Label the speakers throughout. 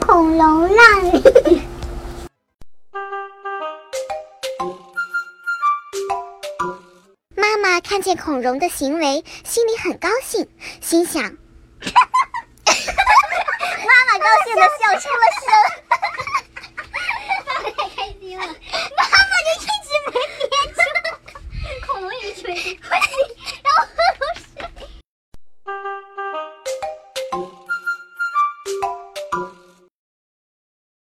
Speaker 1: 恐龙让雨。 妈妈看见恐龙的行为，心里很高兴，心想： 妈妈高兴的笑出了
Speaker 2: 太开心了，妈妈就一直没憋住， 恐龙一直 没憋住，然后喝口水。
Speaker 1: 声。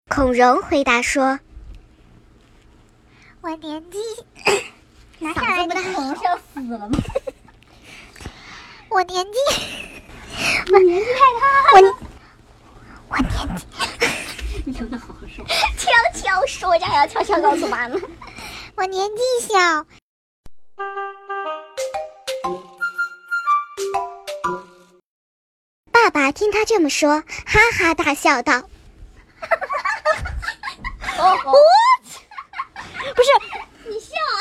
Speaker 1: 恐龙回答说
Speaker 2: 我年纪 拿
Speaker 1: 下来
Speaker 2: 不大，
Speaker 1: 你看
Speaker 2: 是要死了吗？
Speaker 1: 我 年纪
Speaker 2: 你真的好好说，悄悄说，这还要悄悄告诉妈妈。
Speaker 1: 我年纪小。爸爸听他这么说，哈哈大笑道
Speaker 2: 哦，
Speaker 1: 不是，
Speaker 2: 你笑啊！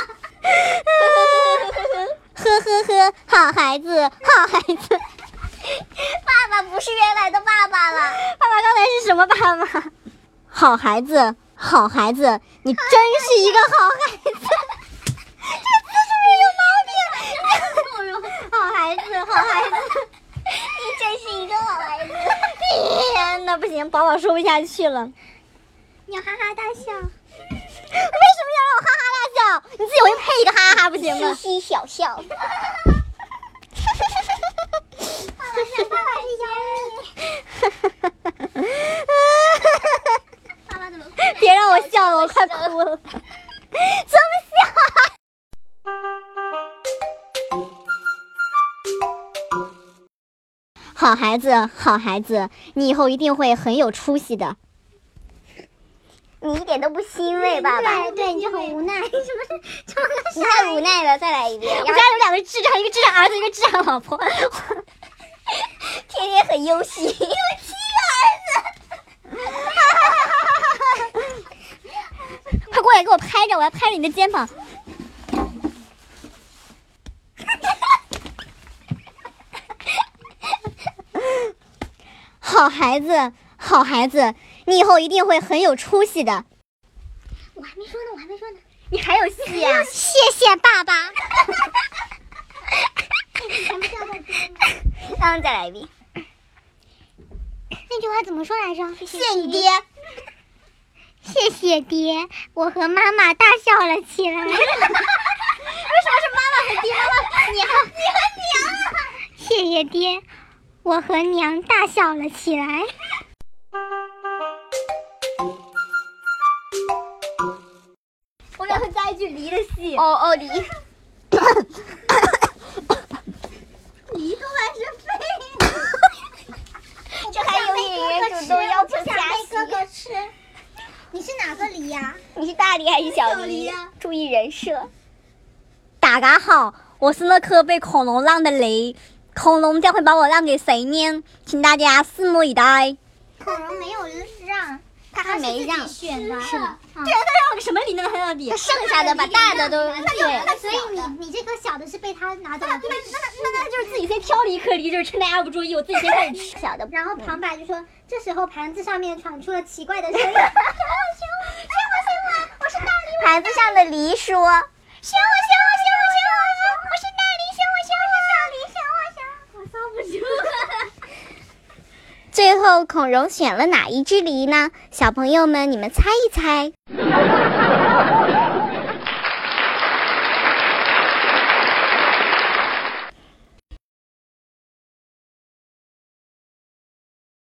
Speaker 1: 呵呵呵，好孩子，好孩子。
Speaker 2: 爸爸不是原来的爸爸了，
Speaker 1: 爸爸刚才是什么爸爸？ 好孩子，好孩子，你真是一个好孩子。
Speaker 2: 恐龙， 你
Speaker 1: 好孩子，好孩子。
Speaker 2: 真是一个好孩 子。
Speaker 1: 天哪，不行，宝宝说不下去了。
Speaker 2: 你哈哈大笑，
Speaker 1: 为什么要让我哈哈大笑？你自己回去配一个哈哈不行
Speaker 2: 嘻
Speaker 1: 吗？
Speaker 2: 嘻小 笑。爸爸是爸爸是小米，爸爸怎么哭？
Speaker 1: 别让我笑了，我快哭了。 怎么笑？啊 好孩子，好孩子，你以后一定会很有出息的。
Speaker 2: 你一点都不欣慰，爸爸。
Speaker 1: 对对你就很 无
Speaker 2: 奈。什么？你太无奈了，再来一遍。
Speaker 1: 我
Speaker 2: 然
Speaker 1: 家
Speaker 2: 后
Speaker 1: 有两个智障，一个智障儿子，一个智障老婆。
Speaker 2: 天天很忧 喜。
Speaker 1: 快过来给我拍着，我要拍着你的肩膀。 好孩子，好孩子，你以后一定会很有出息的。
Speaker 2: 我还没说呢，我还没说呢。
Speaker 1: 你还有戏啊！ 谢谢爸爸。
Speaker 2: 嗯，再来一遍。
Speaker 1: 那句话怎么说来着？谢
Speaker 2: 谢你爹。
Speaker 1: 谢谢爹，我和妈妈大笑了起来。为什么是妈妈和爹？妈 妈，你还你
Speaker 2: 啊
Speaker 1: 和娘、谢谢爹，我和娘大笑了起来。
Speaker 2: 我给他加一句梨的戏。哦哦，梨。梨都还是废 的。这还有演员主动要求加戏。
Speaker 1: 吃。你是哪个啊梨呀、
Speaker 2: 你是大梨还是小
Speaker 1: 小梨
Speaker 2: 梨
Speaker 1: 呀？
Speaker 2: 注意人设。
Speaker 3: 大家好，我是那颗被恐龙让的雷，恐龙将会把我让给谁呢？请大家拭目以待。
Speaker 1: 恐龙没有让，他还
Speaker 2: 没让
Speaker 1: 选的。
Speaker 2: 是的
Speaker 3: 对啊，他让个什么梨呢？他让梨。
Speaker 2: 剩下的把大的都对。
Speaker 1: 所以你你这颗小的是被他拿走
Speaker 3: 那那那那就是自己先挑了一颗梨，就是趁大家不注意，我自己先开始吃。
Speaker 2: 小的，
Speaker 1: 然后旁白就说，这时候盘子上面传出了奇怪的声音。
Speaker 2: 盘子上的梨说：“选我，选我，选我，选我，我是大梨，选我，选我，小梨，选我，选我。”我遭不住。
Speaker 1: 最后，孔融选了哪一只梨呢？小朋友们，你们猜一猜。